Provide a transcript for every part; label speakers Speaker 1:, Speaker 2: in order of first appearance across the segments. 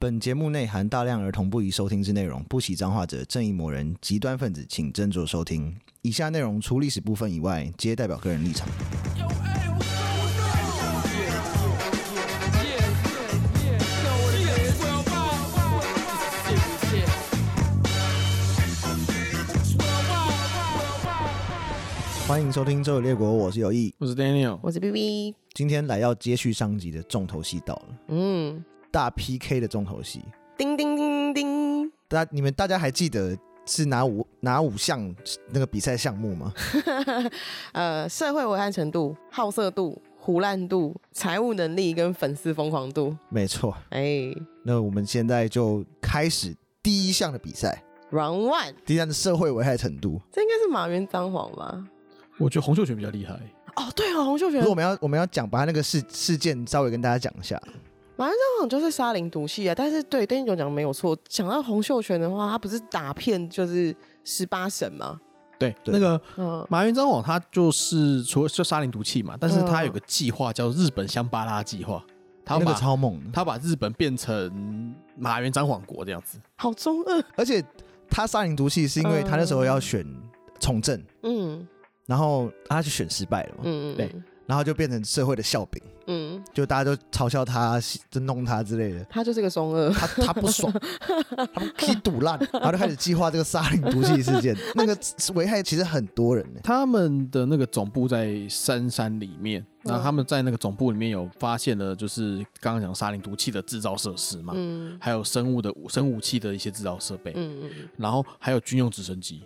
Speaker 1: 本节目内含大量儿童不宜收听之内容，不喜脏话者、正义魔人、极端分子，请斟酌收听。以下内容除历史部分以外，皆代表个人立场。欢迎收听《周游列国》，我是有意。
Speaker 2: 我是 Daniel，
Speaker 3: 我是 B B，
Speaker 1: 今天来要接续上集的重头戏到了，
Speaker 3: 嗯，
Speaker 1: 大 PK 的重头戏。
Speaker 3: 叮叮叮叮，
Speaker 1: 大家你们大家还记得是哪五哪五项那个比赛项目吗？
Speaker 3: 呃，社会危害程度、好色度、胡乱度、财务能力跟粉丝疯狂度，
Speaker 1: 没错，
Speaker 3: 哎、
Speaker 1: 那我们现在就开始第一项的比赛。
Speaker 3: r o u n d One，
Speaker 1: 第一项的社会危害程度。
Speaker 3: 这应该是马云张谎吧？
Speaker 2: 我觉得洪秀全比较厉害，
Speaker 3: 哦，对哦，洪秀
Speaker 1: 可
Speaker 3: 全
Speaker 1: 是，我们要我们要讲，把他那个事事件稍微跟大家讲一下。
Speaker 3: 马云张谎就是沙林毒气啊，但是对对你讲没有错。讲到洪秀全的话，他不是打骗就是十八神吗？
Speaker 2: 对，
Speaker 1: 对
Speaker 2: 那个
Speaker 3: 嗯，
Speaker 2: 马云张网他就是除了就沙林毒气嘛，但是
Speaker 3: 嗯
Speaker 2: 他有个计划叫日本香巴拉计划，他
Speaker 1: 那个
Speaker 2: 把、
Speaker 1: 超猛的，
Speaker 2: 他把日本变成马云张网国这样子，
Speaker 3: 好中二，
Speaker 1: 而且他杀人毒气是因为他那时候要选从政，
Speaker 3: 嗯
Speaker 1: 然后他去选失败了嘛，
Speaker 3: 嗯，
Speaker 2: 对
Speaker 1: 然后就变成社会的笑柄，
Speaker 3: 嗯，
Speaker 1: 就大家都嘲笑他、就弄他之类的。
Speaker 3: 他就是个中二，
Speaker 1: 他他不爽，他们踢赌烂，然后就开始计划这个杀人毒气事件，那个危害其实很多人呢、
Speaker 2: 他们的那个总部在深山里面，然后他们在那个总部里面有发现了，就是刚刚讲沙林毒气的制造设施嘛，
Speaker 3: 嗯
Speaker 2: 还有生物的生武器的一些制造设备，
Speaker 3: 嗯嗯
Speaker 2: 然后还有军用直升机。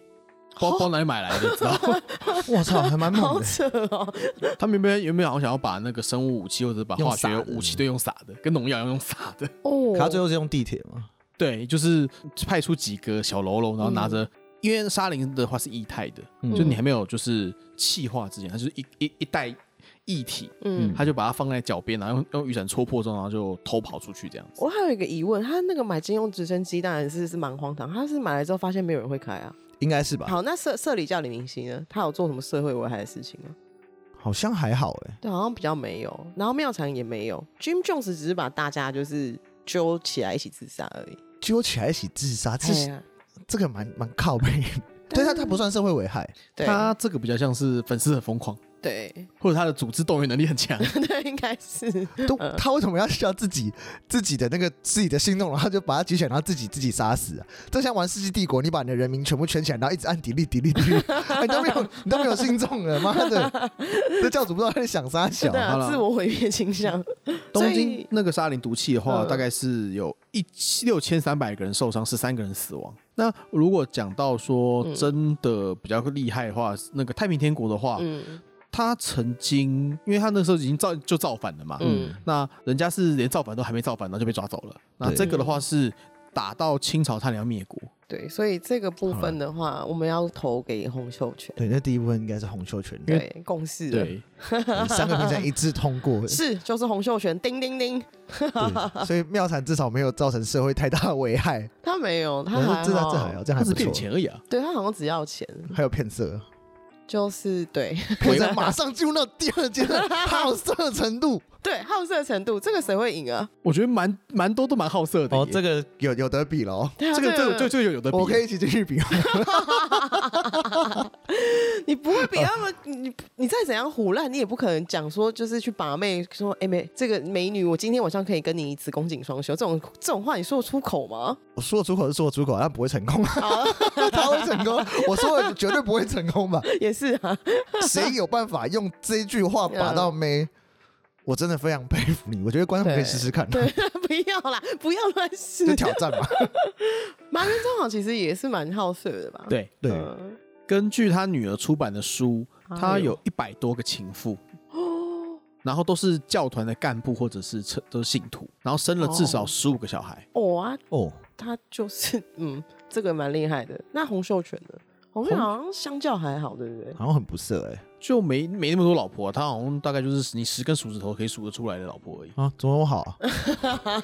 Speaker 2: 包包哪里买来的？你知道吗？
Speaker 1: 我操，还蛮
Speaker 3: 嗯，好
Speaker 1: 猛的。
Speaker 3: 扯哦，
Speaker 2: 他们有没有有没有好像想要把那个生物武器或者把化学
Speaker 1: 用撒的
Speaker 2: 武器都用撒的，跟农药一样用撒 的？
Speaker 3: 哦，
Speaker 1: 可他最后是用地铁嘛？
Speaker 2: 对，就是派出几个小喽啰，然后拿着，因为沙林的话是液态的，
Speaker 1: 嗯
Speaker 2: 就你还没有就是气化之前，它就是一一一袋液体，
Speaker 3: 嗯
Speaker 2: 他就把它放在脚边，然后用用雨伞戳破之后，然后就偷跑出去这样子。
Speaker 3: 我还有一个疑问，他那个买金用直升机当然是是蛮荒唐，他是买来之后发现没有人会开啊。
Speaker 1: 应该是吧？
Speaker 3: 好，那社社里教李明熙呢？他有做什么社会危害的事情吗？
Speaker 1: 好像还好哎、
Speaker 3: 对，好像比较没有。然后妙长也没有，Jim Jones 只是把大家就是揪起来一起自杀而已。
Speaker 1: 揪起来一起自杀，这
Speaker 3: 哎呀
Speaker 1: 这个蛮蛮靠背的。对他，他不算社会危害，
Speaker 3: 对
Speaker 2: 他这个比较像是粉丝很疯狂，
Speaker 3: 对
Speaker 2: 或者他的组织动员能力很强。
Speaker 3: 对，应该是
Speaker 1: 都他为什么要需要自己自己的那个自己的行动，然后就把他集选，然后自己自己杀死啊？这像玩《世纪帝国》，你把你的人民全部圈起来，然后一直按迪丽迪丽迪丽，哎你都没有你都没有信众了，妈的！这教主不知道在想啥小
Speaker 3: 对，
Speaker 2: 好
Speaker 3: 啊，
Speaker 2: 了
Speaker 3: 自我毁灭倾向。所
Speaker 2: 东
Speaker 3: 以
Speaker 2: 京那个沙林毒气的话，
Speaker 3: 嗯
Speaker 2: 大概是有一七六千三百个人受伤，十三个人死亡。那如果讲到说
Speaker 3: 嗯
Speaker 2: 真的比较厉害的话，那个太平天国的话，
Speaker 3: 嗯
Speaker 2: 他曾经，因为他那时候已经造就造反了嘛，
Speaker 3: 嗯
Speaker 2: 那人家是连造反都还没造反，然后就被抓走了。那
Speaker 1: 对
Speaker 2: 这个的话是打到清朝，差点要灭国。
Speaker 3: 对，所以这个部分的话，我们要投给洪秀全。
Speaker 1: 对，那第一部分应该是洪秀全，
Speaker 3: 对，共识了，
Speaker 2: 对，
Speaker 1: 三个评审一致通过，
Speaker 3: 是就是洪秀全，叮叮叮。
Speaker 1: 对所以妙产至少没有造成社会太大的危害。
Speaker 3: 他没有，他
Speaker 1: 我说
Speaker 3: 还
Speaker 1: 这
Speaker 3: 好
Speaker 1: 这还好，这样
Speaker 2: 他
Speaker 1: 还
Speaker 2: 只
Speaker 1: 不
Speaker 2: 骗
Speaker 1: 错，
Speaker 2: 钱而已啊。
Speaker 3: 对他好像只要钱，
Speaker 1: 还有骗 色。
Speaker 3: 就是对
Speaker 1: 骗色马上进入到第二阶段好色程 度。
Speaker 3: 对好色程度，这个谁会赢啊？
Speaker 2: 我觉得蛮蛮多都蛮好色的耶。
Speaker 1: 个有有得比了哦，
Speaker 3: 对啊，
Speaker 2: 这个这个这
Speaker 3: 这
Speaker 2: 个这个有的比啊
Speaker 1: 我可以一起继续比哦吗？
Speaker 3: 你不会比他
Speaker 1: 哦
Speaker 3: 们，你你再怎样胡乱，你也不可能讲说就是去把妹说，哎、美这个美女，我今天晚上可以跟你子宫颈双修，这种这种话你说得出口吗？
Speaker 1: 我说的出口是说的出口，但不会成功。
Speaker 3: 哦
Speaker 1: 他会成功，我说的绝对不会成 功吧？
Speaker 3: 也是啊，
Speaker 1: 谁有办法用这一句 话把到妹？我真的非常佩服你，我觉得观众可以试试看，
Speaker 3: 对，不要啦，不要乱试
Speaker 1: 就。挑战 嘛。
Speaker 3: 马云正好其实也是蛮好色的吧？
Speaker 2: 对，
Speaker 1: 对，
Speaker 3: 嗯
Speaker 2: 根据他女儿出版的书，
Speaker 3: 哎呦
Speaker 2: 他有一百多个情妇，
Speaker 3: 哦
Speaker 2: 然后都是教团的干部或者是车都是信徒，然后生了至少
Speaker 3: 哦
Speaker 2: 十五个小孩。
Speaker 3: 哦啊，
Speaker 1: 哦，
Speaker 3: 他就是嗯，这个蛮厉害的。那洪秀全呢？洪秀全好像相较还好，对不对？
Speaker 1: 好像很不色哎、
Speaker 2: 就没没那么多老婆、啊他好像大概就是你十根手指头可以数得出来的老婆而已。
Speaker 1: 啊，怎么那么好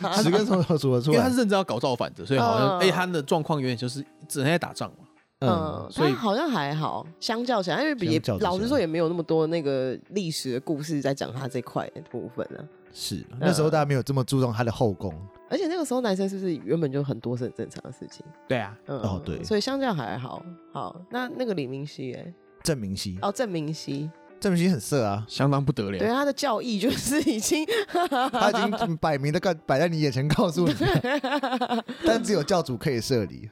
Speaker 1: 啊、十根手指头数得出
Speaker 2: 因为他
Speaker 1: 来
Speaker 2: 是，认真要搞造反的，所以好像
Speaker 3: 嗯
Speaker 2: 哎、他的状况有点就是整天在打仗嘛。
Speaker 3: 嗯，
Speaker 2: 所以
Speaker 3: 他好像还好，相较起来，因为比
Speaker 1: 相较之下
Speaker 3: 老实说也没有那么多那个历史的故事在讲他这块的部分啊。
Speaker 1: 是那时候大家没有这么注重他的后宫，
Speaker 3: 而且那个时候男生是不是原本就很多是很正常的事情？
Speaker 2: 对啊，
Speaker 3: 嗯，
Speaker 1: 哦对
Speaker 3: 所以相较还好。好，那那个李明熙，哎，
Speaker 1: 郑明熙，
Speaker 3: 哦，郑明熙，
Speaker 1: 郑明熙很色 啊，
Speaker 2: 相当不得
Speaker 3: 对
Speaker 2: 了。
Speaker 3: 他的教义就是已经，
Speaker 1: 他已经摆明的告摆在你眼前告诉你，但只有教主可以射你，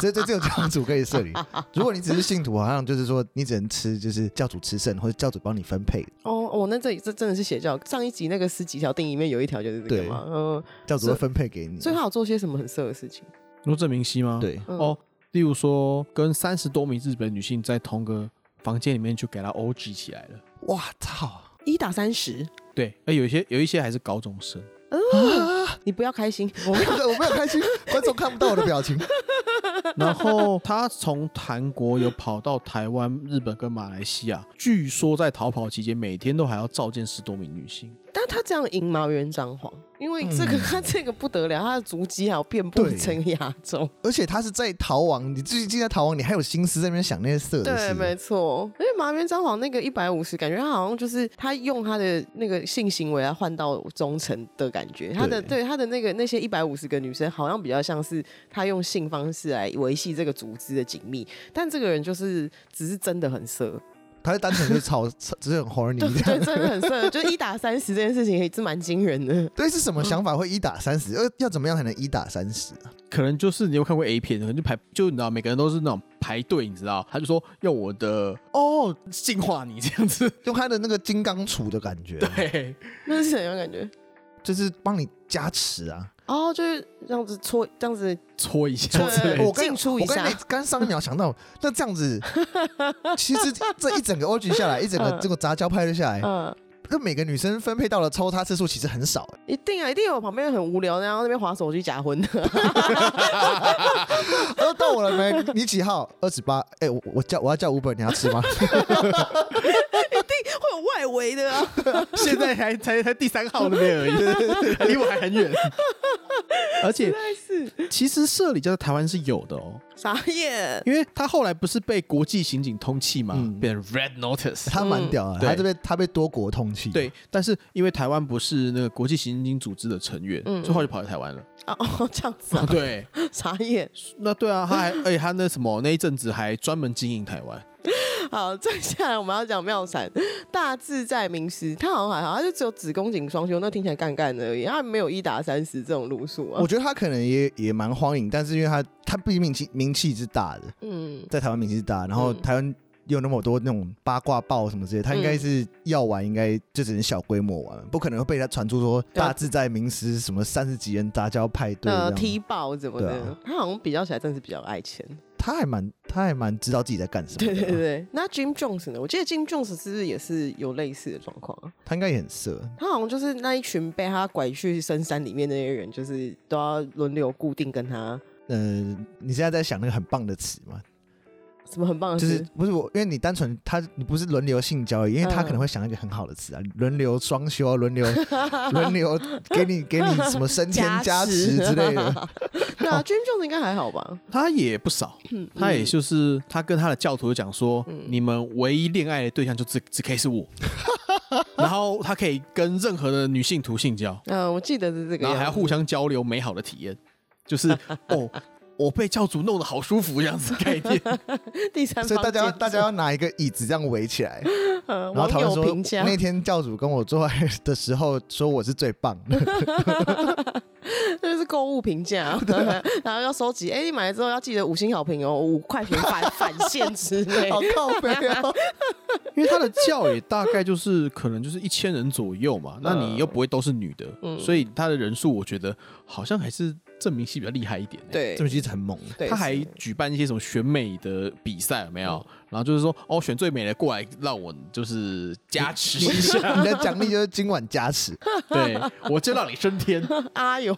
Speaker 1: 这这只有教主可以射你。如果你只是信徒，好像就是说你只能吃就是教主吃剩，或者教主帮你分配，
Speaker 3: 哦哦，那这里这真的是邪教。上一集那个十几条定义里面有一条就是这个
Speaker 1: 对
Speaker 3: 嘛，嗯，
Speaker 1: 教主会分配给你。
Speaker 3: 所以他有做些什么很色的事情？
Speaker 2: 你说郑明熙吗？，
Speaker 1: 对，
Speaker 3: 嗯、
Speaker 2: 哦，例如说跟三十多名日本女性在同个房间里面就给她 OG 起来了。
Speaker 1: 哇操！
Speaker 3: 一打三十，
Speaker 2: 对，那有一些有一些还是高中生，
Speaker 3: 你不要开心，我
Speaker 1: 我没有我没有开心，观众看不到我的表情。
Speaker 2: 然后他从韩国有跑到台湾、日本跟马来西亚，据说在逃跑期间每天都还要召见十多名女性。
Speaker 3: 但他这样赢麻原彰晃，因为这个、他这个不得了，他的足迹还有遍布
Speaker 1: 嗯对
Speaker 3: 整个亚洲。
Speaker 1: 而且他是在逃亡，你最近在逃亡，你还有心思在那边想那些色的
Speaker 3: 对，
Speaker 1: 事。
Speaker 3: 没错。因为麻原彰晃那个一百五十，感觉他好像就是他用他的那个性行为来换到忠诚的感觉。他的对他的那个那些一百五十个女生，好像比较像是他用性方式来维系这个组织的紧密。但这个人就是只是真的很色，
Speaker 1: 他是单纯就是 吵，吵只是很 horny
Speaker 3: 对
Speaker 1: 这
Speaker 3: 对，
Speaker 1: 样。
Speaker 3: 真的很色，就是一打三十这件事情也是蛮惊人的。
Speaker 1: 对，是什么想法会一打三十？要要怎么样才能一打三十啊？
Speaker 2: 可能就是你有看过 A 片，可能就排，就你知道，每个人都是那种排队，你知道，他就说要我的哦，净化你这样子，
Speaker 1: 用他的那个金刚杵的感觉，
Speaker 2: 对，
Speaker 3: 那是怎样感觉？
Speaker 1: 就是帮你加持啊。
Speaker 3: 哦，就是这样子搓，这样子
Speaker 2: 搓一下之类
Speaker 3: 对
Speaker 1: 我
Speaker 2: 的。
Speaker 1: 刚
Speaker 3: 进出一
Speaker 1: 我刚
Speaker 3: 下
Speaker 1: 才刚上一秒想 到，那这样子，其实这一整个 OG 下 来，一整个
Speaker 3: 嗯
Speaker 1: 这个杂交派对下来，
Speaker 3: 嗯，
Speaker 1: 那每个女生分配到了抽她次数其实很 少，
Speaker 3: 一定啊，一定有旁边很无聊，然后那边划手机假婚的。
Speaker 1: 呃，到我了没？你几号？二十八。哎，我我叫我要叫五本，你要吃 吗？
Speaker 3: 会有外围的啊，
Speaker 2: 现在还 才才第三号那边而已，还离我还很远。 而且，
Speaker 3: 但是
Speaker 2: 其实社里教在台湾是有的哦，
Speaker 3: 傻眼。
Speaker 2: 因为他后来不是被国际刑警通缉嘛，
Speaker 1: 嗯
Speaker 2: 变成 Red Notice。
Speaker 1: 他蛮
Speaker 3: 嗯
Speaker 1: 屌的，
Speaker 2: 对
Speaker 1: 他这边他被多国通缉。
Speaker 2: 对，，但是因为台湾不是那个国际刑警组织的成员，
Speaker 3: 嗯
Speaker 2: 所以后来就跑到台 湾了。
Speaker 3: 啊哦，这样子啊，
Speaker 2: 对，
Speaker 3: 傻眼。
Speaker 2: 那对啊，他还而且他那什么那一阵子还专门经营台湾。
Speaker 3: 好，再下来我们要讲妙闪，大自在名师，他好像还好，他就只有子宫颈双修，那听起来干干的而已，他没有一打三十这种路数啊
Speaker 1: 我。觉得他可能也也蛮荒淫，但是因为他他毕竟名气名气是大的，
Speaker 3: 嗯，
Speaker 1: 在台湾名气是大，然后
Speaker 3: 嗯
Speaker 1: 台湾有那么多那种八卦报什么之类，他应该是要玩，应该就只能小规模玩，不可能会被他传出说
Speaker 3: 对啊
Speaker 1: 大自在名师什么三十几人杂交派对
Speaker 3: 呃，
Speaker 1: 这
Speaker 3: 踢
Speaker 1: 样。
Speaker 3: 爆怎么的，
Speaker 1: 对啊
Speaker 3: 他好像比较起来，真的是比较爱钱。
Speaker 1: 他还蛮他还蛮知道自己在干什么
Speaker 3: 对
Speaker 1: 的啊，
Speaker 3: 对对对，那 Jim Jones 呢？我记得 Jim Jones 是不是也是有类似的状况啊？
Speaker 1: 他应该也很色。
Speaker 3: 他好像就是那一群被他拐去深山里面那些人，就是都要轮流固定跟他
Speaker 1: 呃，你现在在想那个很棒的词吗？
Speaker 3: 什么很棒的
Speaker 1: 就
Speaker 3: 事，
Speaker 1: 是不是我，因为你单纯他你不是轮流性交易，因为他
Speaker 3: 嗯
Speaker 1: 可能会想一个很好的词啊，轮流双休啊， 轮流轮流给你给你什么升天加持之类 的。。
Speaker 3: 对啊，Jim Jones 应该还好吧？
Speaker 2: 他也不少，
Speaker 3: 嗯
Speaker 2: 他也就是他跟他的教徒讲说，你们唯一恋爱的对象就只只可以是 我，然后他可以跟任何的女性徒性交，
Speaker 3: 嗯，我记得是这个
Speaker 2: 然后还要
Speaker 3: 样子。
Speaker 2: 互相交流美好的体验，就是 哦，我被教主弄得好舒服这样子的概念，
Speaker 3: 第三
Speaker 1: 所以大
Speaker 3: 方
Speaker 1: 家要
Speaker 3: 见
Speaker 1: 大家要拿一个椅子这样围起 来，
Speaker 3: 呃
Speaker 1: 然后
Speaker 3: 网
Speaker 1: 讨论
Speaker 3: 友
Speaker 1: 说
Speaker 3: 评价
Speaker 1: 那 天教主跟我做爱的时候说我是最棒的，
Speaker 3: 这就是购物评价， 然后要收集。哎，你买了之后要记得五星好评哦，五块钱返返现之类。
Speaker 1: 好靠背哦。
Speaker 2: 因为他的教也大概就是可能就是一千人左右嘛， 那你又不会都是女的，
Speaker 3: 嗯
Speaker 2: 所以他的人数我觉得好像还是郑明熙比较厉害一点、欸，
Speaker 3: 对
Speaker 1: 这，么其实很猛，
Speaker 3: 对
Speaker 2: 他还
Speaker 3: 是 嗯
Speaker 2: 举办一些什么选美的比赛，有没有？然后就是说，哦，选最美的过来让我就是加持
Speaker 1: 你
Speaker 2: 一下，
Speaker 1: 你的奖励就是今晚加持。
Speaker 2: 对我就让你升 天。
Speaker 3: 啊哟，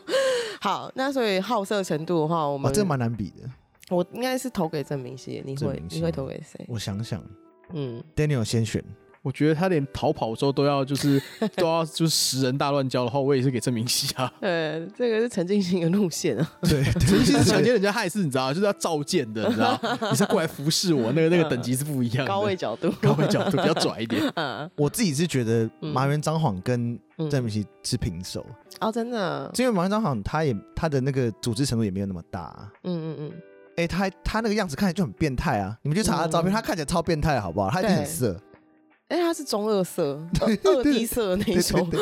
Speaker 3: 好，那所以好色程度的话，我
Speaker 1: 哇，
Speaker 3: 们
Speaker 1: 哦这蛮难比的。
Speaker 3: 我应该是投给郑明熙的，你
Speaker 1: 郑
Speaker 3: 会
Speaker 1: 明熙
Speaker 3: 你会投给谁？
Speaker 1: 我想想
Speaker 3: 嗯，
Speaker 1: ，Daniel 先选，
Speaker 2: 我觉得他连逃跑的时候都要就是 都要就是十人大乱交的话，我也是给郑明熙 啊。
Speaker 3: 呃，这个是陈进兴的路 线啊，
Speaker 1: 对，
Speaker 2: 陈明熙是强奸人家害事，你知道吗，就是要召见的，你知道吗，你是过来服侍我，那个那个等级是不一样的，
Speaker 3: 高位角度，
Speaker 2: 高位角度比较拽一点。
Speaker 3: 嗯，
Speaker 1: 我自己是觉得麻原彰晃跟
Speaker 3: 嗯
Speaker 1: 郑明熙是平手，
Speaker 3: 哦，真的，
Speaker 1: 因为麻原彰晃他也他的那个组织程度也没有那么大啊。
Speaker 3: 嗯嗯嗯，
Speaker 1: 哎、他他那个样子看起来就很变态啊！你们去查他照片，
Speaker 3: 嗯
Speaker 1: 他看起来超变态，好不好？他一定很
Speaker 3: 对
Speaker 1: 色，
Speaker 3: 哎，他是中二 色，呃二 D 色的那
Speaker 1: 对
Speaker 3: 一种
Speaker 1: 对，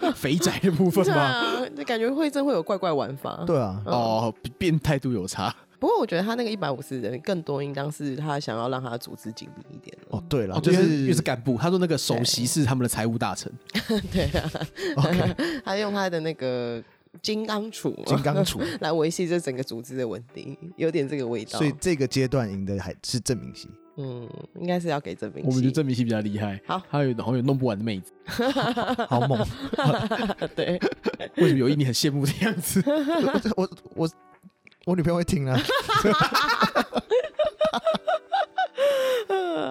Speaker 1: 对，
Speaker 2: 肥宅的部分
Speaker 3: 对
Speaker 2: 吗？
Speaker 3: 嗯啊，就感觉会真会有怪怪玩法。
Speaker 1: 对啊，
Speaker 3: 嗯
Speaker 2: 哦，变变态度有差。
Speaker 3: 不过我觉得他那个一百五十人更多，应当是他想要让他的组织紧密一点 了。
Speaker 1: 哦对了，
Speaker 2: 哦，
Speaker 1: 就
Speaker 2: 就是是又是干部，他说那个首席是他们的财务大臣，
Speaker 3: 对啊，
Speaker 1: OK
Speaker 3: 他用他的那个金刚杵啊
Speaker 1: 金 刚杵，
Speaker 3: 来维系这整个组织的稳定，有点这个味道。
Speaker 1: 所以这个阶段赢的还是郑明熙。
Speaker 3: 嗯，应该是要给证明。
Speaker 2: 我们觉得郑明熙比较厉害。
Speaker 3: 好
Speaker 2: 还有好像有弄不完的妹 子，
Speaker 1: 好猛！
Speaker 3: 对，
Speaker 2: 为什么有一你很羡慕的样 子？
Speaker 1: 我我我女朋友会听啊，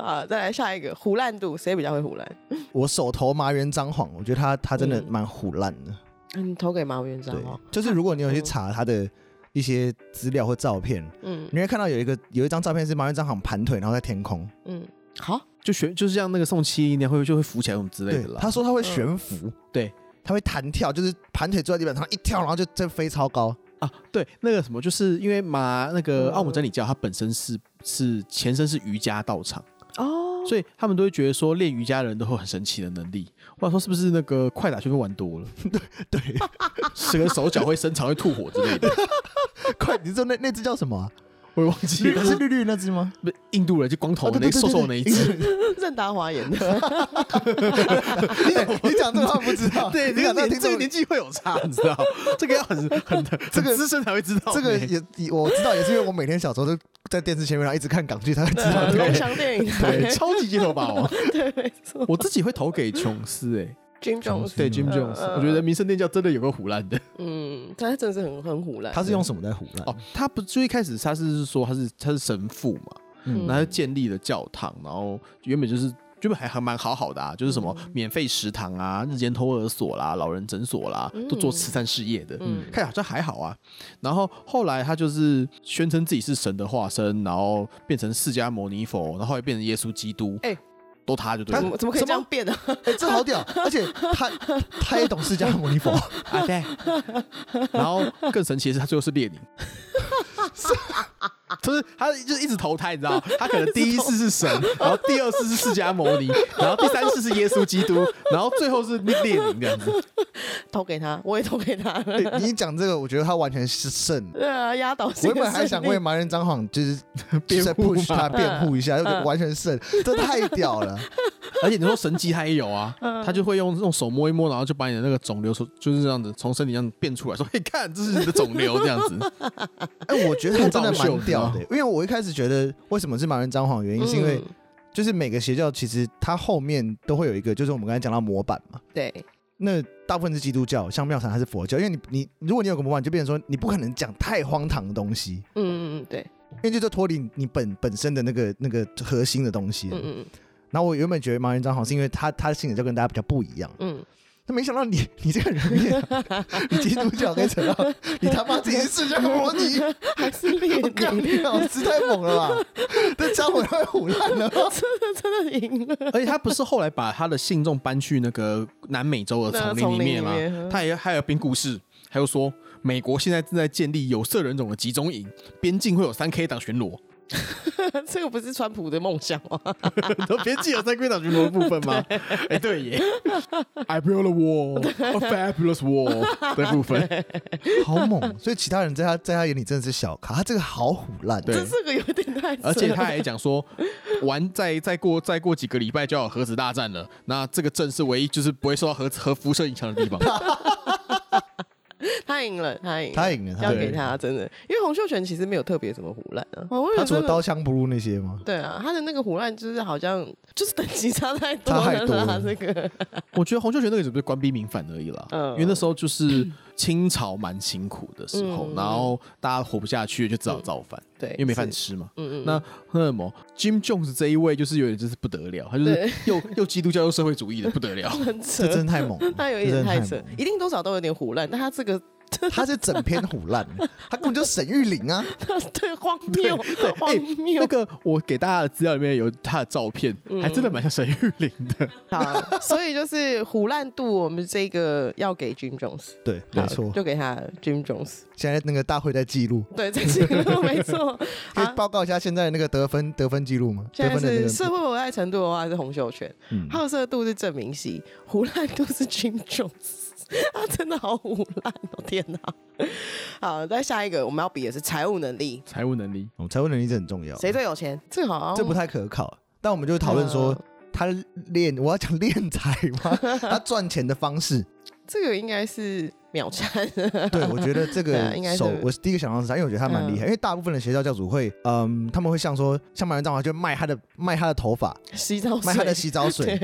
Speaker 3: 好，再来下一个胡烂度，谁比较会胡烂？
Speaker 1: 我手头麻原张晃，我觉得他他真的
Speaker 3: 嗯
Speaker 1: 蛮虎烂的。
Speaker 3: 嗯，投给马院长
Speaker 1: 对
Speaker 3: 哦。，
Speaker 1: 就是如果你有去
Speaker 3: 嗯
Speaker 1: 查他的一些资料或照片，
Speaker 3: 嗯
Speaker 1: 你会看到有一个有一张照片是麻原张晃盘腿，然后在天空。
Speaker 3: 嗯，好，
Speaker 2: 就学就是像那个宋七那样会就会浮起来什么之类
Speaker 1: 对
Speaker 2: 的，啦。嗯
Speaker 1: 他说他会悬浮，
Speaker 2: 对
Speaker 1: 他会弹跳，就是盘腿坐在地板上一跳，然后就真飞超 高。
Speaker 2: 啊，对，那个什么，就是因为马那个
Speaker 3: 嗯
Speaker 2: 奥姆真理教，它本身是是前身是瑜伽道场，
Speaker 3: 哦，
Speaker 2: 所以他们都会觉得说练瑜伽的人都会有很神奇的能力。我想说是不是那个快打旋风玩多了，
Speaker 1: 对，
Speaker 2: 整个手脚会伸长、会吐火之类的，
Speaker 1: 快，你知道那那只叫什么啊？
Speaker 2: 我也忘记
Speaker 1: 绿
Speaker 2: 了。
Speaker 1: 是绿绿那只吗？
Speaker 2: 不是印度人就光头
Speaker 1: 哦
Speaker 2: 的
Speaker 1: 对
Speaker 2: 那
Speaker 1: 对
Speaker 2: 个
Speaker 1: 对
Speaker 2: 瘦瘦的
Speaker 1: 对
Speaker 2: 那一只，
Speaker 3: 任达华演 的，
Speaker 1: 你 你讲这个话不知道，
Speaker 2: 对，
Speaker 1: 你
Speaker 2: 这
Speaker 1: 讲
Speaker 2: 个
Speaker 1: 到
Speaker 2: 年
Speaker 1: 听
Speaker 2: 这
Speaker 1: 众
Speaker 2: 个年纪会有差，你知道？这个要很很这个资深才会知道
Speaker 1: 这
Speaker 2: 呢。
Speaker 1: 个也也我知道，也是因为我每天小时候都在电视前面，然后一直看港剧，才会知 道。
Speaker 3: 呃
Speaker 2: 对
Speaker 3: 龙翔电影台，
Speaker 2: 对超级街头霸王，
Speaker 3: 对，没错
Speaker 2: 我自己会投给琼斯哎，
Speaker 3: ，Jim Jones，
Speaker 2: 对 Jim Jones，我觉得民生殿教真的有个胡乱的。
Speaker 3: 嗯，他真的是很很胡烂，
Speaker 1: 他是用什么在胡乱？
Speaker 2: 哦，他不最一开始他是说他是他是神父嘛，
Speaker 1: 嗯
Speaker 2: 然后他建立了教堂，然后原本就是原本还还蛮好好的啊，就是什么
Speaker 3: 嗯
Speaker 2: 免费食堂啊、日间托儿所啦、老人诊所啦，都做慈善事业的，
Speaker 3: 嗯
Speaker 2: 看起来好像还好啊。然后后来他就是宣称自己是神的化身，然后变成释迦牟尼佛，然后后来变成耶稣基督，
Speaker 3: 哎
Speaker 2: 都他就对
Speaker 3: 怎
Speaker 2: 了
Speaker 3: 么怎么可以这样变呢？啊
Speaker 1: 哎，这好屌！而且他他也懂释迦牟尼 佛，
Speaker 2: 啊对。然后更神奇的是，他最后是列宁。 就是他就一直投胎，你知道吗？他可能第一世是神，然后第二世是释迦牟尼，然后第三世是耶稣基督，然后最后是列宁这样子。
Speaker 3: 投给他，我也投给他，
Speaker 1: 哎你一讲这个，我觉得他完全是胜。
Speaker 3: 对啊，压倒性
Speaker 1: 我
Speaker 3: 的
Speaker 1: 原本还想
Speaker 3: 胜利
Speaker 1: 为麻人张晃就是
Speaker 2: 辩
Speaker 1: 在
Speaker 2: 护
Speaker 1: push
Speaker 2: 嘛嗯
Speaker 1: 他辩护一 下，就觉得完全胜，这太屌了！
Speaker 2: 而且你说神机他也有啊，他就会用用手摸一摸，然后就把你的那个肿瘤从就是这样子从身体上变出来，说：“嘿，看，这是你的肿瘤。”这 样子，
Speaker 1: 哎，我觉得他真的
Speaker 2: 很搞笑
Speaker 1: 蛮屌的，欸
Speaker 2: 你
Speaker 1: 因为我一开始觉得为什么是麻人张晃，原因是因为
Speaker 3: 嗯
Speaker 1: 就是每个邪教其实它后面都会有一个，就是我们刚才讲到模板嘛。
Speaker 3: 嗯对，
Speaker 1: 那大部分是基督教，像妙禅它是佛教，因为你你如果你有个模板，就变成说你不可能讲太荒唐的东西，
Speaker 3: 嗯嗯嗯，对，
Speaker 1: 因为这就脱离你本本身的那个那个核心的东西。
Speaker 3: 嗯嗯
Speaker 1: 然后我原本觉得马元章好像是因为他他的信仰就跟大家比较不一样，
Speaker 3: 嗯，
Speaker 1: 那没想到你你这个人也， 你基督教跟扯到你他妈自己是释迦摩尼，
Speaker 3: 嗯还是列
Speaker 1: 我干
Speaker 3: 宁，
Speaker 1: 你老师太猛了吧？这家伙太胡烂了吧，
Speaker 3: 真的真的赢了，
Speaker 2: 而且他不是后来把他的信众搬去那个南美洲的丛林里面啦、
Speaker 3: 那个丛林里面嗯
Speaker 2: 他也还有编故事，还有说美国现在正在建立有色人种的集中营，边境会有三 K 党巡 逻，
Speaker 3: 这个不是川普的梦想哦吗？
Speaker 2: 边境有三 K 党巡逻的部分 吗？哎、对耶，I build a wall, a fabulous wall 的部 分，
Speaker 1: 好猛！所以其他人在他在他眼里真的是小咖，他这个好虎烂。
Speaker 2: 对
Speaker 3: 这这个有点太扯了，
Speaker 2: 而且他还讲说，完再再过再过几个礼拜就要有核子大战了，那这个镇是唯一就是不会受到核核辐射影响的地 方。
Speaker 3: 他赢了，他赢了，
Speaker 1: 他赢了他
Speaker 3: 要
Speaker 1: 赢
Speaker 3: 给
Speaker 1: 了
Speaker 3: 他真的，因为洪秀全其实没有特别什么胡乱啊，哦我有
Speaker 1: 他除了
Speaker 3: 真的
Speaker 1: 刀枪不入那些吗？
Speaker 3: 对啊，他的那个胡乱就是好像就是等级差太多
Speaker 1: 差
Speaker 3: 了
Speaker 1: 太
Speaker 3: 啦，
Speaker 1: 多了
Speaker 3: 这个
Speaker 2: 我觉得洪秀全那个只不是官逼民反而已啦，
Speaker 3: 嗯
Speaker 2: 因为那时候就是清朝蛮辛苦的时候，
Speaker 3: 嗯
Speaker 2: 然后大家活不下去就只好造反，
Speaker 3: 对，
Speaker 2: 因为没饭
Speaker 3: 是。
Speaker 2: 吃嘛。
Speaker 3: 嗯嗯，
Speaker 2: 那赫尔蒙 Jim Jones 这一位就是有点真是不得了，他就是
Speaker 3: 对
Speaker 2: 又又基督教又社会主义的不得 了。
Speaker 3: 很
Speaker 1: 这
Speaker 3: 扯，
Speaker 1: 真太猛了，
Speaker 3: 他有一
Speaker 1: 这
Speaker 3: 点
Speaker 1: 真
Speaker 3: 太
Speaker 1: 太
Speaker 3: 扯
Speaker 1: 猛，
Speaker 3: 一定多少都有点胡乱，但他这 个
Speaker 1: 了。他是整篇虎烂的，他根本就是沈玉玲啊，
Speaker 3: 对荒谬， 荒
Speaker 2: 哎
Speaker 3: 谬
Speaker 2: 那，个我给大家的资料里面有他的照片，
Speaker 3: 嗯
Speaker 2: 还真的蛮像沈玉玲的。
Speaker 3: 好，啊所以就是胡烂度，我们这个要给 Jim Jones，
Speaker 1: 对，
Speaker 3: 好
Speaker 1: 没错。
Speaker 3: 就给他 Jim Jones，
Speaker 1: 现在那个大会在记录，
Speaker 3: 对，这记录没错。
Speaker 1: 可以
Speaker 3: 好，
Speaker 1: 报告一下现在的那个得分得分记录吗？
Speaker 3: 现
Speaker 1: 得
Speaker 3: 在
Speaker 1: 分的那
Speaker 3: 是
Speaker 1: 个，
Speaker 3: 社会有爱程度的话是洪秀全，
Speaker 1: 嗯
Speaker 3: 好色度是郑明熙，胡烂度是 Jim Jones。他 真的好胡烂哦！天哪！好，再下一个我们要比的是财务能力，
Speaker 2: 财务能力，
Speaker 1: 哦财务能力这很重要，
Speaker 3: 谁最有钱？这好像
Speaker 1: 这不太可靠。但我们就讨论说
Speaker 3: 嗯，
Speaker 1: 他练，我要讲练财嘛，他赚钱的方式。
Speaker 3: 这个应该是秒拆。
Speaker 1: 对，我觉得这
Speaker 3: 对啊
Speaker 1: 个
Speaker 3: 应该是嗯
Speaker 1: 手，我第一个想到是他，因为我觉得他蛮厉害。因为大部分的邪教教主会，嗯，他们会像说，像马云这样，就卖他的卖他的头发，
Speaker 3: 洗澡
Speaker 1: 卖
Speaker 3: 水，
Speaker 1: 他的洗澡水。
Speaker 3: 哦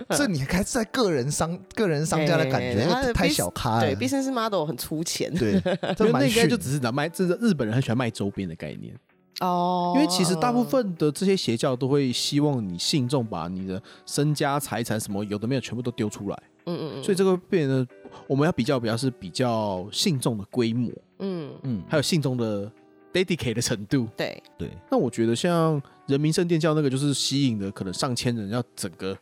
Speaker 3: 对
Speaker 1: 这你还是在个人商个人商家的感觉，
Speaker 3: 哎他
Speaker 1: 那
Speaker 3: 的
Speaker 1: 太
Speaker 3: bus-
Speaker 1: 小咖了。
Speaker 3: 对，business model 很粗浅
Speaker 1: 哎 对，这
Speaker 2: 那
Speaker 1: 蛮
Speaker 2: 应该
Speaker 1: 逊
Speaker 2: 就
Speaker 1: 的。
Speaker 2: 只是拿卖，这是日本人很喜欢卖周边的概念。
Speaker 3: 哦
Speaker 2: 因为其实大
Speaker 3: 嗯
Speaker 2: 部分的这些邪教都会希望你信众把你的身家财产什么有的没有全部都丢出来，
Speaker 3: 嗯嗯嗯，
Speaker 2: 所以这个变得我们要比较比较是比较信众的规模，
Speaker 3: 嗯
Speaker 1: 嗯，
Speaker 2: 还有信众的 dedicate 的程度。
Speaker 3: 对，
Speaker 1: 对，
Speaker 2: 那我觉得像人民圣殿教那个就是吸引的可能上千人，要整个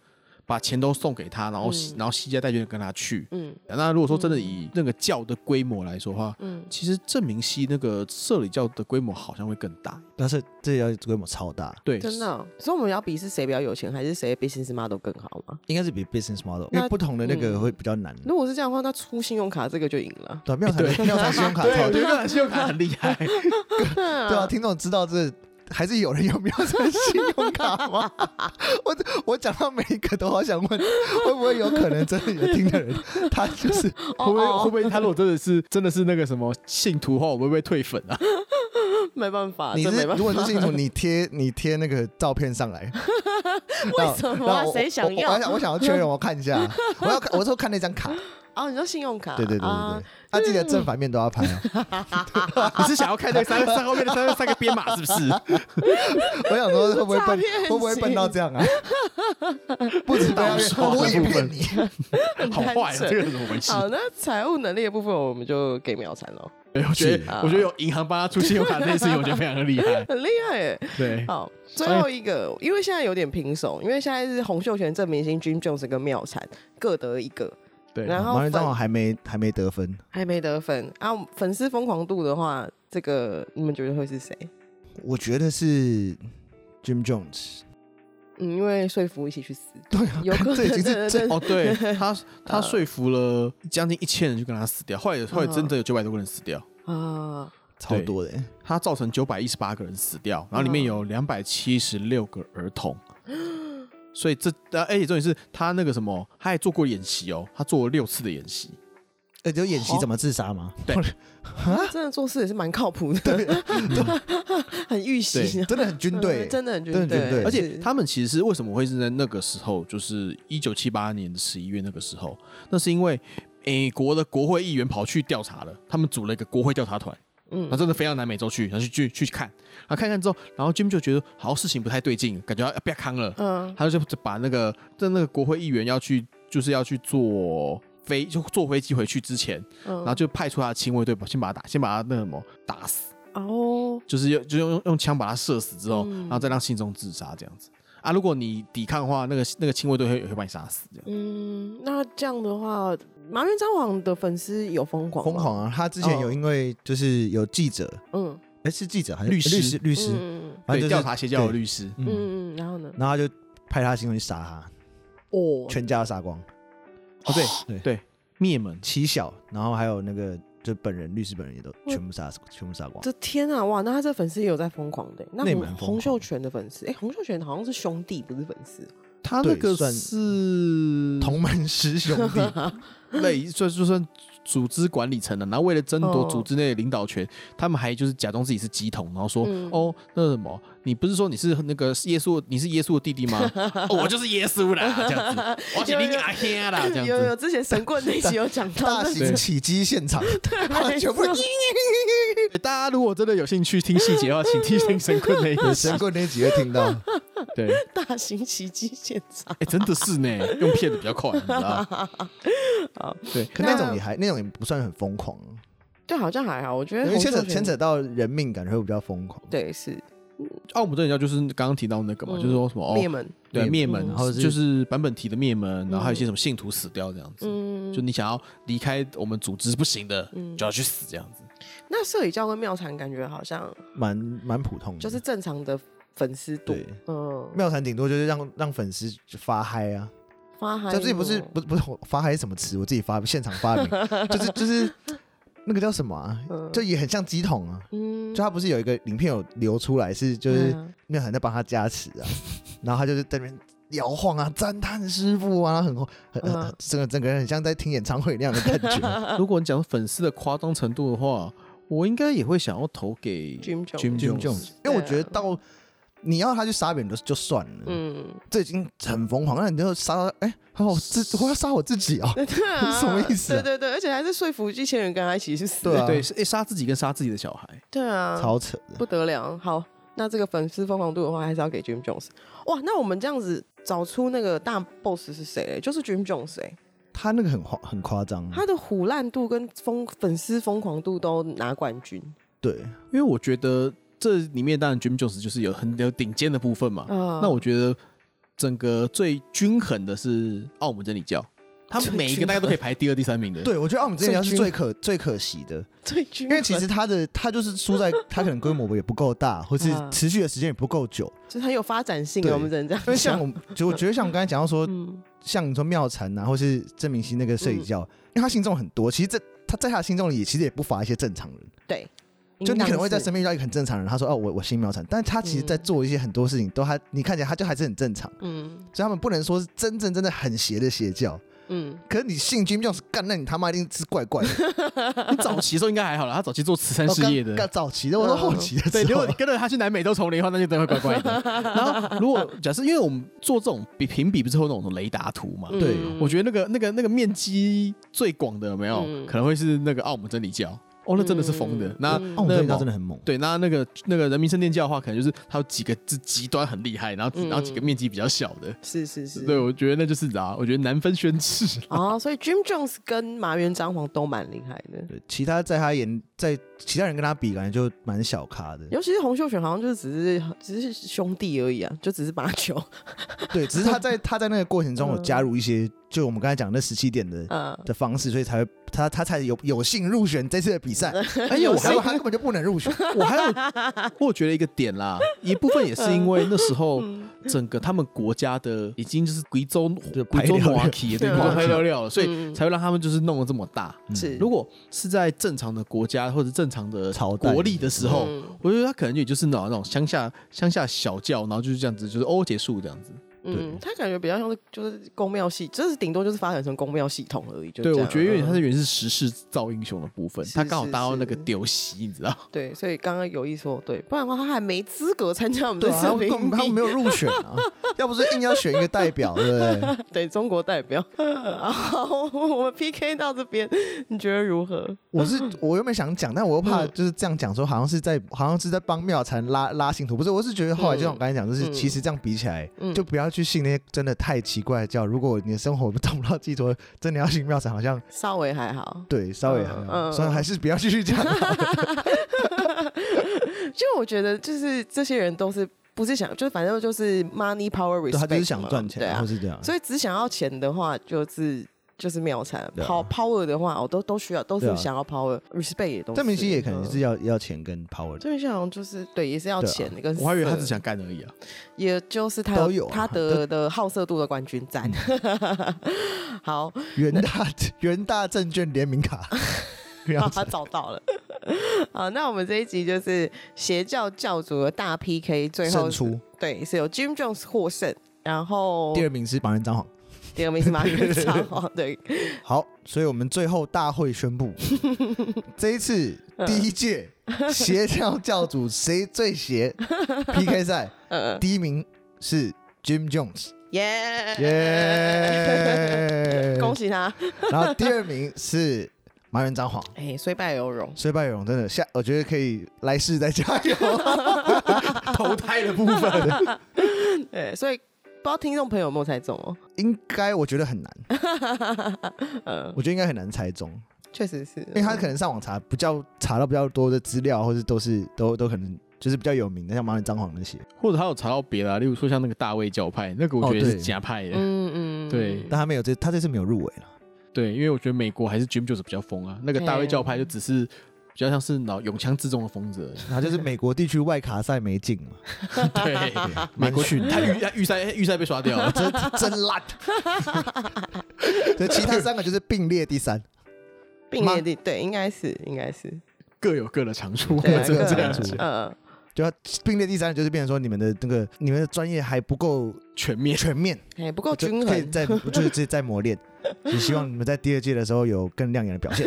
Speaker 2: 把钱都送给他，然后、
Speaker 3: 嗯
Speaker 2: 然后惜家带眷跟他去。
Speaker 3: 嗯
Speaker 2: 那如果说真的以那个教的规模来说的话，
Speaker 3: 嗯，
Speaker 2: 其实郑明熙那个社里教的规模好像会更大。
Speaker 1: 但是这要规模超大，
Speaker 2: 对，
Speaker 3: 真的哦、所以我们要比是谁比较有钱，还是谁的 business model 更好吗？
Speaker 1: 应该是比 business model，
Speaker 3: 那
Speaker 1: 因为不同的那个
Speaker 3: 嗯
Speaker 1: 会比较难。
Speaker 3: 如果是这样的话，那出信用卡这个就赢了。
Speaker 1: 对，啊妙才妙才信用卡
Speaker 2: 对，
Speaker 3: 啊
Speaker 1: 超
Speaker 2: 我
Speaker 1: 低
Speaker 2: 觉得妙兰信用卡很厉害。
Speaker 3: 嗯
Speaker 1: 对啊，听众知道这还是有人有妙才信用卡 吗？我我讲到每一个都好想问，会不会有可能真的有听的人，他 就是
Speaker 3: 哦
Speaker 2: 会不会
Speaker 3: 哦
Speaker 2: 会不会他如果真的是真的是那个什么信徒后，我会不会退粉 啊？
Speaker 3: 没办法，
Speaker 1: 你
Speaker 3: 真
Speaker 1: 是
Speaker 3: 啊没办
Speaker 1: 如
Speaker 3: 法。
Speaker 1: 果是信徒，你贴你贴那个照片上来，
Speaker 3: 为 什么啊
Speaker 1: 那我
Speaker 3: 谁想
Speaker 1: 我
Speaker 3: 要
Speaker 1: 我想我想要确认，我看一 下，我要看，我说看那张卡，
Speaker 3: 哦，你说信用卡？
Speaker 1: 对对对对
Speaker 3: 啊嗯
Speaker 1: 对，他记得正反面都要拍啊。
Speaker 2: 你是想要看那三三后面的三三个编码是不是？
Speaker 1: 我想说会不会
Speaker 3: 诈
Speaker 1: 笨，
Speaker 3: 骗
Speaker 1: 会不会笨
Speaker 3: 型
Speaker 1: 到这样 啊？不知道，我也骗你。
Speaker 2: 好坏、啊，
Speaker 3: 单纯
Speaker 2: 这个是怎么回事？
Speaker 3: 好，那财务能力的部分我们就给秒残了，
Speaker 2: 对，我觉
Speaker 3: 是
Speaker 2: 得
Speaker 3: 啊
Speaker 2: 我觉得有银行帮他出信用卡这件事情，我觉得非常的厉 害。
Speaker 3: 很厉害耶。
Speaker 2: 对，
Speaker 3: 好，最后一个，因为现在有点平手，因为现在是洪秀全、郑明星、Jim Jones 跟妙禅各得一个，
Speaker 2: 对
Speaker 3: 然后
Speaker 1: 马云
Speaker 3: 反
Speaker 1: 正好还没还没得分，
Speaker 3: 还没得分啊！粉丝疯狂度的话，这个你们觉得会是谁？
Speaker 1: 我觉得是 Jim Jones。
Speaker 3: 嗯，因为说服一起去死，
Speaker 1: 对啊，
Speaker 3: 有可能
Speaker 1: 这已经
Speaker 3: 真的
Speaker 1: 是这
Speaker 3: 真的
Speaker 2: 哦，对他
Speaker 3: 嗯
Speaker 2: 他说服了将近一千人就跟他死掉，后来后来真的有九百多个人死掉。
Speaker 3: 啊，
Speaker 1: 超多的欸，
Speaker 2: 他造成九百一十八个人死掉，然后里面有两百七十六个儿童。所以这，呃而且重点是他那个什么，他还做过演习哦，他做了六次的演习。
Speaker 1: 呃，就演习怎么自杀 吗？
Speaker 2: 对
Speaker 3: 他真的做事也是蛮靠谱的，
Speaker 1: 啊
Speaker 3: 很预习，
Speaker 1: 真的很军队欸，
Speaker 3: 嗯呃真的很军
Speaker 1: 真的很军
Speaker 3: 队，
Speaker 1: 队
Speaker 2: 而且他们其实是为什么会是在那个时候，就是一九七八年的十一月那个时候，那是因为美国的国会议员跑去调查了，他们组了一个国会调查团，
Speaker 3: 嗯
Speaker 2: 然后真的飞到南美洲去，然后去去去看，然后看看之后，然后 Jim 就觉得好像事情不太对劲，感觉要要被坑了，
Speaker 3: 嗯
Speaker 2: 他就把那个在那个国会议员要去，就是要去坐飞，就坐飞机回去之前，然后
Speaker 3: 嗯
Speaker 2: 就派出他的亲卫队，把先把他打，先把他那个什么打死，
Speaker 3: 哦
Speaker 2: 就是用就用用枪把他射死之后，
Speaker 3: 嗯
Speaker 2: 然后再让信中自杀这样子。啊，如果你抵抗的话，那个那个亲卫队会会把你杀死这样。
Speaker 3: 嗯，那这样的话，麻原彰晃的粉丝有疯狂吗
Speaker 1: 疯，狂啊！他之前有
Speaker 3: 哦
Speaker 1: 因为就是有记者，
Speaker 3: 嗯
Speaker 1: 哎，是记者还是
Speaker 2: 律
Speaker 1: 呃
Speaker 2: 师
Speaker 1: 律师？律
Speaker 3: 嗯
Speaker 1: 师，
Speaker 3: 嗯
Speaker 1: 反正就
Speaker 2: 对，
Speaker 1: 是
Speaker 2: 调查邪教的
Speaker 1: 对
Speaker 2: 律师，
Speaker 3: 嗯
Speaker 1: 嗯，
Speaker 3: 嗯，然后呢？
Speaker 1: 然后他就派他行动去杀他，
Speaker 3: 哦，
Speaker 1: 全家都杀光，
Speaker 2: 哦对
Speaker 1: 对
Speaker 2: 对，灭门。
Speaker 1: 妻小，然后还有那个就本人律师本人也都全部杀，全部杀光。
Speaker 3: 这天啊，哇！那他这粉丝也有在疯狂的欸，那
Speaker 1: 那也
Speaker 3: 洪
Speaker 1: 蛮疯
Speaker 3: 洪
Speaker 1: 狂
Speaker 3: 秀全的粉丝，哎，洪秀全好像 是兄弟，不是粉丝，
Speaker 2: 啊他那
Speaker 1: 对
Speaker 2: 个
Speaker 1: 算
Speaker 2: 是
Speaker 1: 同门师兄弟，
Speaker 2: 类， 就就算组织管理层了，然后为了争夺
Speaker 3: 哦
Speaker 2: 组织内的领导权，他们还就是假装自己是鸡桶，然后说、
Speaker 3: 嗯
Speaker 2: 哦，那什么，你不是说你是那个耶稣，你是耶稣的弟弟吗？ 哦，我就是耶稣啦，这样子，我是你阿兄啦，这样
Speaker 3: 有
Speaker 2: 子。
Speaker 3: 有，之前神棍那期有讲
Speaker 1: 大
Speaker 3: 到那
Speaker 1: 型
Speaker 3: 个，
Speaker 1: 起机现场，
Speaker 3: 没
Speaker 1: 全部
Speaker 3: 错
Speaker 2: 大家如果真的有兴趣听细节的话，请 听听神棍那一
Speaker 1: 有
Speaker 2: 个集
Speaker 1: 神。棍那集会听到，
Speaker 2: 对，哎、
Speaker 3: 大型奇迹现场。
Speaker 2: 真的是呢，用骗的比较快，你知道 吗？对，
Speaker 1: 可那种也还那种也不算很疯狂，啊
Speaker 3: 对，好像还好，我觉得
Speaker 1: 因为牵扯
Speaker 3: 洪秀全
Speaker 1: 牵扯到人命，感觉会比较疯狂。
Speaker 3: 对是
Speaker 2: 澳门正教就是刚刚提到那个嘛，
Speaker 3: 嗯
Speaker 2: 就是说什么
Speaker 3: 灭
Speaker 2: 哦，
Speaker 3: 门，
Speaker 2: 对
Speaker 1: 灭
Speaker 2: 灭门，
Speaker 1: 嗯
Speaker 2: 然后
Speaker 1: 或者是
Speaker 2: 就是版本提的灭门，然后还有一些
Speaker 3: 嗯
Speaker 2: 什么信徒死掉这样子，
Speaker 3: 嗯
Speaker 2: 就，你想要离开我们组织是不行的，
Speaker 3: 嗯
Speaker 2: 就要去死这样子。
Speaker 3: 那社里教跟妙禅感觉好像
Speaker 1: 蛮蛮普通的，
Speaker 3: 就是正常的粉丝度
Speaker 1: 对，
Speaker 3: 嗯，
Speaker 1: 妙禅顶多就是让让粉丝发嗨啊，
Speaker 3: 发嗨，
Speaker 1: 就自己不是不是不是我发嗨是什么词，我自己发现场发 明，就是就是那个叫什么啊，
Speaker 3: 嗯
Speaker 1: 就也很像鸡桶啊，
Speaker 3: 嗯
Speaker 1: 就他不是有一个影片有流出来是就是
Speaker 3: 嗯
Speaker 1: 妙禅在帮他加持 啊，然后他就是在那边。摇晃啊，赞叹师傅啊，很很很
Speaker 3: 嗯
Speaker 1: 很，整个整个人很像在听演唱会那样的感觉。
Speaker 2: 如果你讲粉丝的夸张程度的话，我应该也会想要投给
Speaker 3: Jim Jones
Speaker 2: Jim Jones
Speaker 1: Jones。因为我
Speaker 3: 对啊
Speaker 1: 觉得到你要他去杀别人就就算了，
Speaker 3: 嗯，
Speaker 1: 这已经很疯狂，那你就杀到哎，他我自我要杀我自己哦，
Speaker 3: 对啊，
Speaker 1: 什么意思啊
Speaker 3: 对对对，而且还是说服一千人跟他一起去死，
Speaker 1: 对啊
Speaker 2: 对，是诶杀自己跟杀自己的小孩，
Speaker 3: 对啊，
Speaker 1: 超扯的。
Speaker 3: 不得了。好，那这个粉丝疯狂度的话，还是要给 Jim Jones。哇，那我们这样子找出那个大 boss 是谁嘞？就是 Jim Jones 哎、
Speaker 1: 他那个很夸很夸张，
Speaker 3: 他的虎烂度跟疯粉丝疯狂度都拿冠军。
Speaker 1: 对
Speaker 2: 因为我觉得这里面当然 Jim Jones 就是有很有顶尖的部分嘛，
Speaker 1: 哦
Speaker 3: 啊
Speaker 2: 那我觉得整个最均衡的是澳门真理教，他们每一个大概都可以排第二、第三名的。
Speaker 1: 对，我觉得澳门这边是
Speaker 3: 最
Speaker 1: 最可最可惜的，
Speaker 3: 最均
Speaker 1: 因
Speaker 3: 衡，
Speaker 1: 为其实他的他就是输在他可能规模也不够 大，或是
Speaker 3: 嗯
Speaker 1: 持续的时间也不够久。
Speaker 3: 就是很有发展性啊，
Speaker 1: 对
Speaker 3: 我们只能这样
Speaker 1: 因为
Speaker 3: 讲。
Speaker 1: 像我们，就我觉得像我们刚才讲到说，
Speaker 3: 嗯，
Speaker 1: 像你说妙禅啊，或是郑明熙那个摄影教，因为他心中很多，其实这他在他的心中里其实也不乏一些正常人。
Speaker 3: 对，
Speaker 1: 就你可能会在
Speaker 3: 身
Speaker 1: 身边遇到一个很正常人，他说哦我我心苗产，但是他其实在做一些很多事情都还你看起来他就还是很正常，
Speaker 3: 嗯
Speaker 1: 所以他们不能说是真正真的很邪的邪教。
Speaker 3: 嗯，
Speaker 1: 可是你信君就是干，那你他妈一定是怪怪 的。
Speaker 2: 你早期的时候应该还好啦，他早期做慈善事业的
Speaker 1: 哦刚，刚早期的，我说
Speaker 3: 嗯
Speaker 1: 后期 的
Speaker 2: 对，
Speaker 1: 时
Speaker 2: 如
Speaker 1: 候啊
Speaker 2: 果你，跟着他去南美洲丛林的话，那就真的会怪怪的。 然后，如果假设，因为我们做这种比评比，不是会有那种雷达图嘛？
Speaker 1: 对
Speaker 3: 嗯
Speaker 2: 我觉得那个那个那个面积最广的有没有，
Speaker 3: 嗯
Speaker 2: 可能会是那个澳门真理教。哦，那真的是疯的。
Speaker 3: 嗯
Speaker 2: 那
Speaker 3: 嗯
Speaker 1: 哦，我
Speaker 2: 那
Speaker 1: 真
Speaker 2: 个
Speaker 1: 的真的很猛。
Speaker 2: 对，那那个那个人民圣殿教的话，可能就是它有几个是极端很厉害，然后
Speaker 3: 嗯
Speaker 2: 然后几个面积比较小的。
Speaker 3: 是是是，
Speaker 2: 对，我觉得那就是 啊，我觉得难分轩 轾。
Speaker 3: 哦，所以 Jim Jones 跟麻原彰晃都蛮厉害的，
Speaker 1: 对，其他在他眼在其他人跟他比，感觉就蛮小咖的。
Speaker 3: 尤其是洪秀全，好像就是只是只是兄弟而已啊，就只是把球，
Speaker 1: 对，只是他在他在那个过程中有加入一些，就我们刚才讲那十七点的
Speaker 3: 嗯，
Speaker 1: 的方式，所以才会他他才有有幸入选这次的比
Speaker 3: 嗯
Speaker 1: 赛。而
Speaker 2: 哎
Speaker 1: 且我还有他根本就不能入选。
Speaker 2: 我还有，我觉得一个点啦，一部分也是因为那时 候
Speaker 3: 嗯
Speaker 2: 整个他们国家的已经就是贵州
Speaker 1: 就
Speaker 2: 贵州
Speaker 1: 排掉了
Speaker 2: 暖气，对，
Speaker 3: 对啊
Speaker 2: 贵州排掉料了，所以
Speaker 3: 嗯
Speaker 2: 才会让他们就是弄得这么大。
Speaker 3: 是
Speaker 2: 如果是在正常的国家或者正常的
Speaker 1: 朝代
Speaker 2: 国力的时候
Speaker 3: 嗯，
Speaker 2: 我觉得他可能也就是那种那种乡下乡下小教，然后就是这样子，就是哦结束这样子。
Speaker 3: 嗯，他感觉比较像是就是公庙系，就是顶多就是发展成公庙系统而已。就
Speaker 2: 对，
Speaker 3: 这
Speaker 2: 我
Speaker 3: 样
Speaker 2: 觉得因为
Speaker 3: 嗯
Speaker 2: 他是原是时势造英雄的部分，
Speaker 3: 是
Speaker 2: 他刚好搭到
Speaker 3: 是
Speaker 2: 那个
Speaker 3: 是
Speaker 2: 丢席，你知道？
Speaker 3: 对，所以刚刚有意说对，不然的话他还没资格参加我们
Speaker 1: 对
Speaker 3: 的
Speaker 1: 啊，
Speaker 3: 社
Speaker 1: 他们
Speaker 3: 民
Speaker 1: 根本 他们没有入选啊，要不是硬要选一个代表，对不对？
Speaker 3: 对中国代表。 好，我们 PK 到这边，你觉得如何？
Speaker 1: 我 是我原本想讲，但我又
Speaker 3: 嗯
Speaker 1: 怕就是这样讲说，好像是在好像是在帮妙禅拉拉信徒，不是？我是觉得后来就像我刚才讲，就是
Speaker 3: 嗯
Speaker 1: 其实这样比起来，
Speaker 3: 嗯
Speaker 1: 就不要去信那些真的太奇怪的教。如果你的生活 找不到寄托，真的要信妙禅，好像
Speaker 3: 稍微还好，
Speaker 1: 对稍微
Speaker 3: 嗯
Speaker 1: 很
Speaker 3: 嗯
Speaker 1: 所以还是不要继续讲 了。
Speaker 3: 就我觉得就是这些人都是不是想，就是反正就是 money power
Speaker 1: 对
Speaker 3: respect，
Speaker 1: 他就是 想
Speaker 3: 嘛
Speaker 1: 赚钱，
Speaker 3: 对啊
Speaker 1: 或，是这样。
Speaker 3: 所以只想要钱的话，就是就是妙产
Speaker 1: 对啊
Speaker 3: 跑 power 的话，我都都需要，都
Speaker 1: 对
Speaker 3: 是
Speaker 1: 啊
Speaker 3: 想要 power respect 也都是。
Speaker 1: 郑明熙也可能是
Speaker 3: 嗯
Speaker 1: 要要钱跟 power 的，
Speaker 3: 郑明熙好像就是对，也是要
Speaker 1: 对啊
Speaker 3: 钱的，跟
Speaker 2: 我还以为他
Speaker 3: 色
Speaker 2: 只想干而已啊。
Speaker 3: 也就是他
Speaker 1: 都有啊
Speaker 3: 他得的好色度的冠军赞。 好，
Speaker 1: 元大 元大证券联名 卡，然
Speaker 3: 把
Speaker 1: 后
Speaker 3: 他找到了。 好，那我们这一集就是邪教教主的大 PK，最后
Speaker 1: 胜出
Speaker 3: 对是由 Jim Jones 获胜，然后
Speaker 1: 第二名是马人张晃，
Speaker 3: 第二名是马原 彰晃，对，
Speaker 1: 好，所以我们最后大会宣 布，这一次第一届
Speaker 3: 嗯
Speaker 1: 邪教教主谁最 邪 PK 赛，
Speaker 3: 嗯，
Speaker 1: 第一名是 Jim Jones，
Speaker 3: 耶，
Speaker 1: 耶！
Speaker 3: 恭喜他，
Speaker 1: 然后第二名是麻原彰晃。
Speaker 3: 哎，虽败犹荣，
Speaker 1: 虽败犹荣，真的下，我觉得可以来世再加 油。
Speaker 2: 投胎的部分，
Speaker 3: 对，所以不知道听众朋友有没有猜中哦，
Speaker 1: 应该我觉得很难，
Speaker 3: 嗯，
Speaker 1: 我觉得应该很难猜中，
Speaker 3: 确实是，
Speaker 1: 因为他可能上网查比较查到比较多的资料，或者都是都都可能就是比较有名的，像麻原彰晃那些，
Speaker 2: 或者他有查到别的、啊，例如说像那个大卫教派，那个我觉得
Speaker 1: 哦
Speaker 2: 是
Speaker 1: 对
Speaker 2: 假派的，
Speaker 3: 嗯嗯，
Speaker 2: 对
Speaker 1: 但他没有这他这次没有入围了。
Speaker 2: 对，因为我觉得美国还是 Jim Jones 比较疯啊，那个大卫教派就只是比较像是脑永枪自重的疯子而已，
Speaker 1: 然后就是美国地区外卡赛没进嘛，
Speaker 2: 对，美
Speaker 1: 蛮
Speaker 2: 国
Speaker 1: 逊的
Speaker 2: 他预他预赛预赛被刷掉 了，
Speaker 1: 真真烂。 对，其他三个就是并列第三，
Speaker 3: 并列第对，应该是应该是，
Speaker 2: 各有各的长处，
Speaker 3: 对
Speaker 2: 我
Speaker 3: 啊
Speaker 2: 只能
Speaker 3: 各有
Speaker 2: 这样
Speaker 1: 各的长处
Speaker 2: 讲，
Speaker 3: 嗯，
Speaker 1: 就要并列第三，就是变成说你们的那个你们的专业还不够
Speaker 2: 全面。
Speaker 1: 全面，
Speaker 3: 哎，不够
Speaker 1: 就
Speaker 3: 均
Speaker 1: 可以
Speaker 3: 衡，
Speaker 1: 再就是再再磨练。也希望你们在第二届的时候有更亮眼的表现。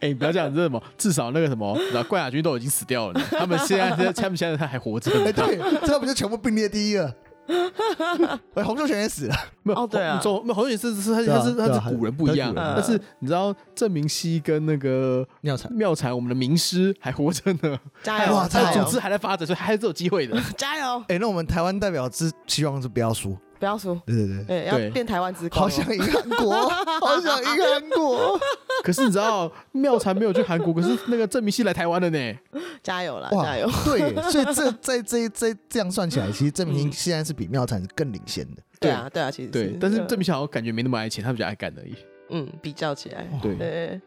Speaker 2: 哎、你不要这样，这是什么？至少那个什么，然后冠亚军都已经死掉 了呢，他们现在他们现在他还活着呢，
Speaker 1: 哎，对，这不就全部并列第一了？ 哎，洪秀全也死了，
Speaker 2: 没有
Speaker 3: 哦对啊
Speaker 2: 红红红姐是是他
Speaker 1: 对啊
Speaker 2: 他是
Speaker 1: 对啊
Speaker 2: 他是古人不一样，
Speaker 1: 他
Speaker 3: 是古人
Speaker 2: 但是你知道郑明熙跟那个
Speaker 1: 尿惨。
Speaker 2: 妙才我们的名师还活着呢，
Speaker 3: 加油，
Speaker 1: 哇
Speaker 2: 他
Speaker 3: 加
Speaker 1: 太好了
Speaker 2: 的组织
Speaker 3: 油，
Speaker 2: 还在发展，所以还是有机 会的。
Speaker 3: 加油，
Speaker 1: 哎，那我们台湾代表之希望是不要输。
Speaker 3: 不要输，
Speaker 1: 对对对，
Speaker 3: 对，要
Speaker 2: 对
Speaker 3: 变台湾之光哦，
Speaker 1: 好想赢韩国，好想赢韩 国。
Speaker 2: 可是你知道妙才没有去韩国，可是那个郑明熙来台湾 了呢。
Speaker 3: 加油啦，
Speaker 1: 哇
Speaker 3: 加油，
Speaker 1: 对耶，所以这在这这这样算起来，其实郑明
Speaker 3: 嗯
Speaker 1: 星现在是比妙产更领先的。
Speaker 3: 对啊，对啊，其实
Speaker 2: 对，但是
Speaker 3: 嗯
Speaker 2: 郑明熙好像感觉没那么爱钱，他比较爱干而已。
Speaker 3: 嗯，比较起
Speaker 1: 哦
Speaker 3: 来，
Speaker 2: 对，
Speaker 3: 对，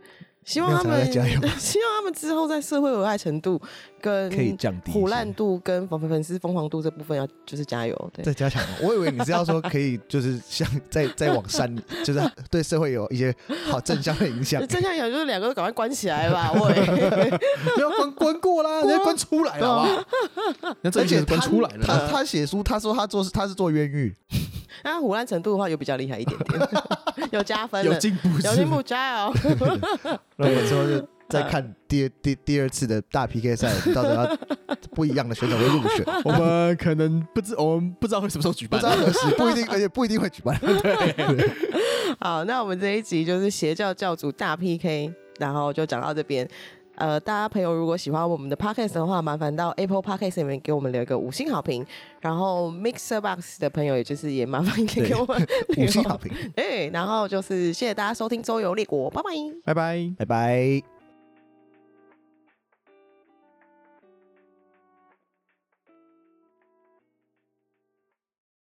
Speaker 3: 希望他
Speaker 1: 没有
Speaker 3: 们
Speaker 1: 才能再加
Speaker 3: 希望他们之后在社会有爱程度跟
Speaker 1: 可以降低一些
Speaker 3: 腐嗯烂度跟粉粉丝疯狂度这部分要就是加油，对
Speaker 1: 再加强，我以为你是要说可以，就是像再再往山，就是对社会有一些好正向的影 响
Speaker 3: 就。正向讲就是两个都赶快关起来 吧，喂，
Speaker 2: 不要关关过啦，人家关出来了，好不好？那郑
Speaker 1: 哦 而
Speaker 2: 明熙
Speaker 1: 且
Speaker 2: 是
Speaker 1: 他
Speaker 2: 关出来了，
Speaker 3: 嗯
Speaker 1: 他他写书，他说他做他是做冤狱，
Speaker 3: 那腐烂程度的话有比较厉害一点点， 有加分
Speaker 2: 有
Speaker 3: 了，
Speaker 2: 进步，
Speaker 3: 有进步，加油，
Speaker 1: 那我之后就再看第二第第二次的大 PK 赛，到底要不一样的选手会入选，
Speaker 2: 我们可能不知我们不知道会什么时候举
Speaker 1: 不
Speaker 2: 办
Speaker 1: 知，道何时，不一定，而且不一定会举办。
Speaker 3: 好，那我们这一集就是邪教教主大 PK，然后就讲到这边。呃，大家朋友如果喜欢我们的 podcast 的话，麻烦到 Apple Podcast 里面给我们留一个五星好评。然后 Mixer Box 的朋友，也就是也麻烦给给我们
Speaker 1: 五星好评，
Speaker 3: 对，然后就是谢谢大家收听《周游列国》，拜拜。
Speaker 2: 拜拜。
Speaker 1: 拜拜。